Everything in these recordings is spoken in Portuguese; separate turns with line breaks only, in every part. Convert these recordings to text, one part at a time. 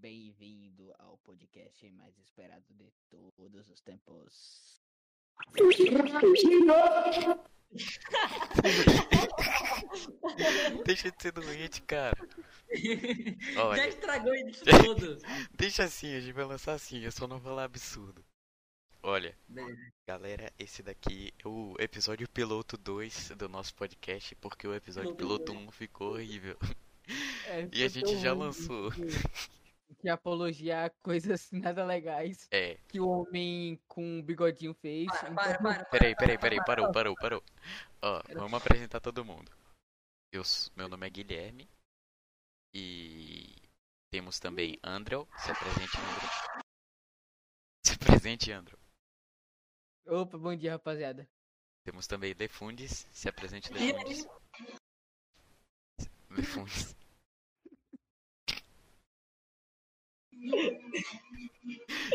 bem-vindo ao podcast mais esperado de todos os tempos.
Deixa de ser doente, cara.
Já
Olha,
estragou isso todo.
deixa assim, a gente vai lançar assim, eu só não vou falar absurdo. Olha,
Beleza.
galera, esse daqui é o episódio piloto 2 do nosso podcast, porque o episódio
Piloto
piloto 1 ficou horrível.
É,
E a gente já
todo mundo
lançou.
que- Que apologia a coisas nada legais
É,
que o homem com o bigodinho fez.
Para,
Então,
para, para.
peraí, peraí, peraí, parou, parou, parou. Ó, vamos apresentar todo mundo. Eu, s- meu nome é Guilherme. E temos também Andrel. Se apresente, Andrel. Se apresente, Andrel.
Opa, bom dia, rapaziada.
Temos também Lefundes. Se apresente,
E aí?
Lefundes. Lefundes.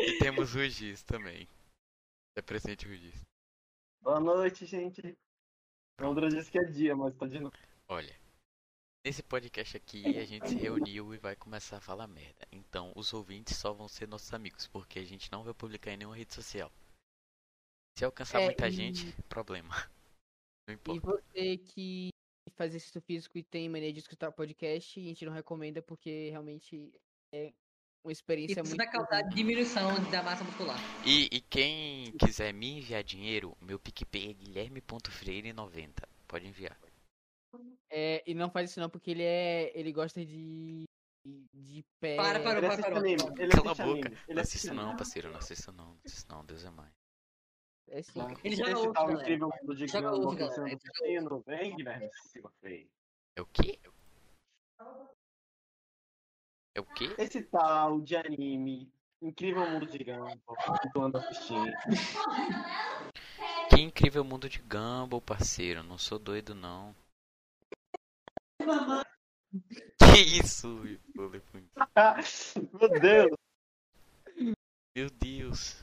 e temos o Giz também. Se apresente, o Giz.
Boa noite, gente. Londra disse que é dia, mas tá de noite.
Olha, nesse podcast aqui a gente se reuniu e vai começar a falar merda. Então os ouvintes só vão ser nossos amigos, porque a gente não vai publicar em nenhuma rede social. Se alcançar
É,
muita
e-
gente, problema. Não
E
importa.
você que faz exercício físico e tem mania de escutar podcast, a gente não recomenda porque realmente é uma experiência
Isso
é muito.
vai causar
ruim.
diminuição da massa muscular.
E, e quem quiser me enviar dinheiro, meu PicPay é guilherme.freire90. Pode enviar.
É, e não faz isso não, porque ele é. ele gosta de. de pé.
Para, para,
Ele
para,
assiste
para.
anime. Ele
Cala a boca.
assiste anime. Ele é
Não assista
assiste anime.
não, parceiro. Não assista não. Não assista não. Deus é mais.
É sim.
Ele
Esse
joga outro,
tal
galera.
tá incrível mundo de
Joga
Gumball
outro,
que
galera.
você
Ele
anda
joga outro.
assistindo, vem, Guilherme. Silva, vem.
É o quê? É o quê?
Esse tal de anime, incrível mundo de Gumball que tu anda assistindo.
Que incrível mundo de Gumball, parceiro. Não sou doido, não. Que isso, é Will?
Meu Deus.
Meu Deus.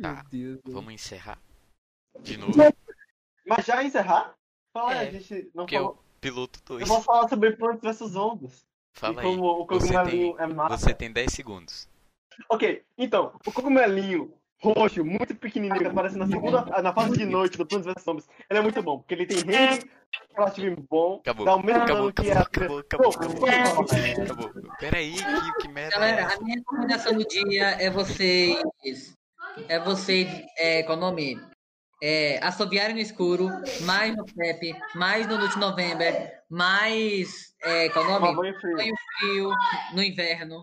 Tá,
Deus.
Vamos encerrar? De novo?
Mas já encerrar? Fala,
É,
a gente não
Porque é o
falou.
piloto 2.
Eu vou falar sobre Plantas vs Ondas.
Fala
e
aí.
como o
Você
cogumelinho é massa.
Você tem 10 segundos.
Ok, então, o cogumelinho roxo, muito pequenininho, que aparece na segunda, na fase de noite do Plants vs Zombies, ele é muito bom, porque ele tem rede, flashbang bom,
Acabou.
dá o mesmo
Acabou,
dano que é. a...
acabou, acabou, acabou, acabou,
Pô,
acabou. Peraí, que, que merda é
Galera,
essa?
a minha recomendação do dia é vocês. É vocês. É, qual é o nome? É, assobiarem no escuro, mais no PEP, mais no Loot November, mais. É, qual é o
Uma
nome?
banho frio,
Frio no inverno,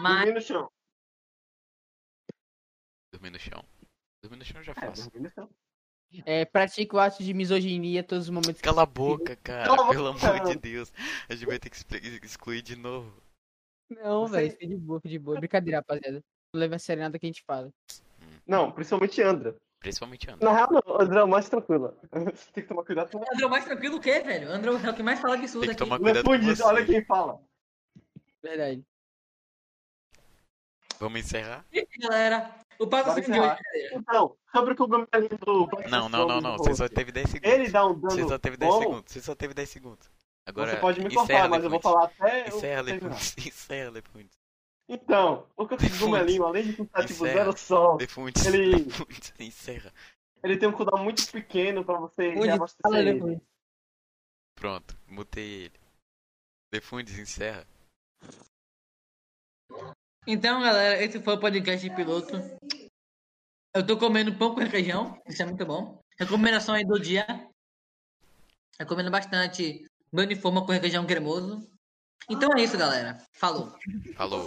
mais.
dormir no chão.
Dormir no chão. Dormir no chão eu já
É,
faço.
dormir no chão.
É, pratica o ato de misoginia em todos os momentos. que
Cala a boca, cara.
Cala a
Pelo
boca,
amor de
cara.
Deus. A gente vai ter que expli- excluir de novo.
Não,
Você-
velho, fica de boa, fica de boa. Brincadeira, rapaziada. Não leva a sério nada que a gente fala.
Não, principalmente Andra.
Principalmente André.
Na real, não, Andra é o mais tranquila. Tem que tomar cuidado com
André, o mais tranquilo o quê, velho? André é o que mais fala absurdo
Tem que
aqui.
tomar cuidado com
Responde,
você.
olha quem fala.
Verdade.
Vamos encerrar?
Galera, o
Bora
patrocínio de hoje.
encerrar. Então, sobre o cogumelinho do... Plants
Não,
vs
não, não,
Zombies
não.
roxo.
Você só teve 10 segundos.
Ele dá um dano
Você só teve 10
bom,
segundos. Você só teve 10 segundos. Agora,
Você pode me
encerra,
cortar, mas eu vou
Lefuntes.
falar até... eu
Encerra,
terminar.
Lefuntes. Encerra, Lefuntes.
Então, o cogumelinho, além de custar tipo
Encerra.
zero sol,
Lefuntes.
Ele-
Lefuntes. Encerra.
ele tem um cooldown muito pequeno pra você
Onde fala,
reabastecer ele.
Leandro?
Pronto. Mutei ele. Lefuntes, encerra.
Então, galera, esse foi o podcast piloto. Eu tô comendo pão com requeijão, isso é muito bom. Recomendação aí do dia. Eu comendo bastante banho de forma com requeijão cremoso. Então é isso, galera. Falou.
Falou.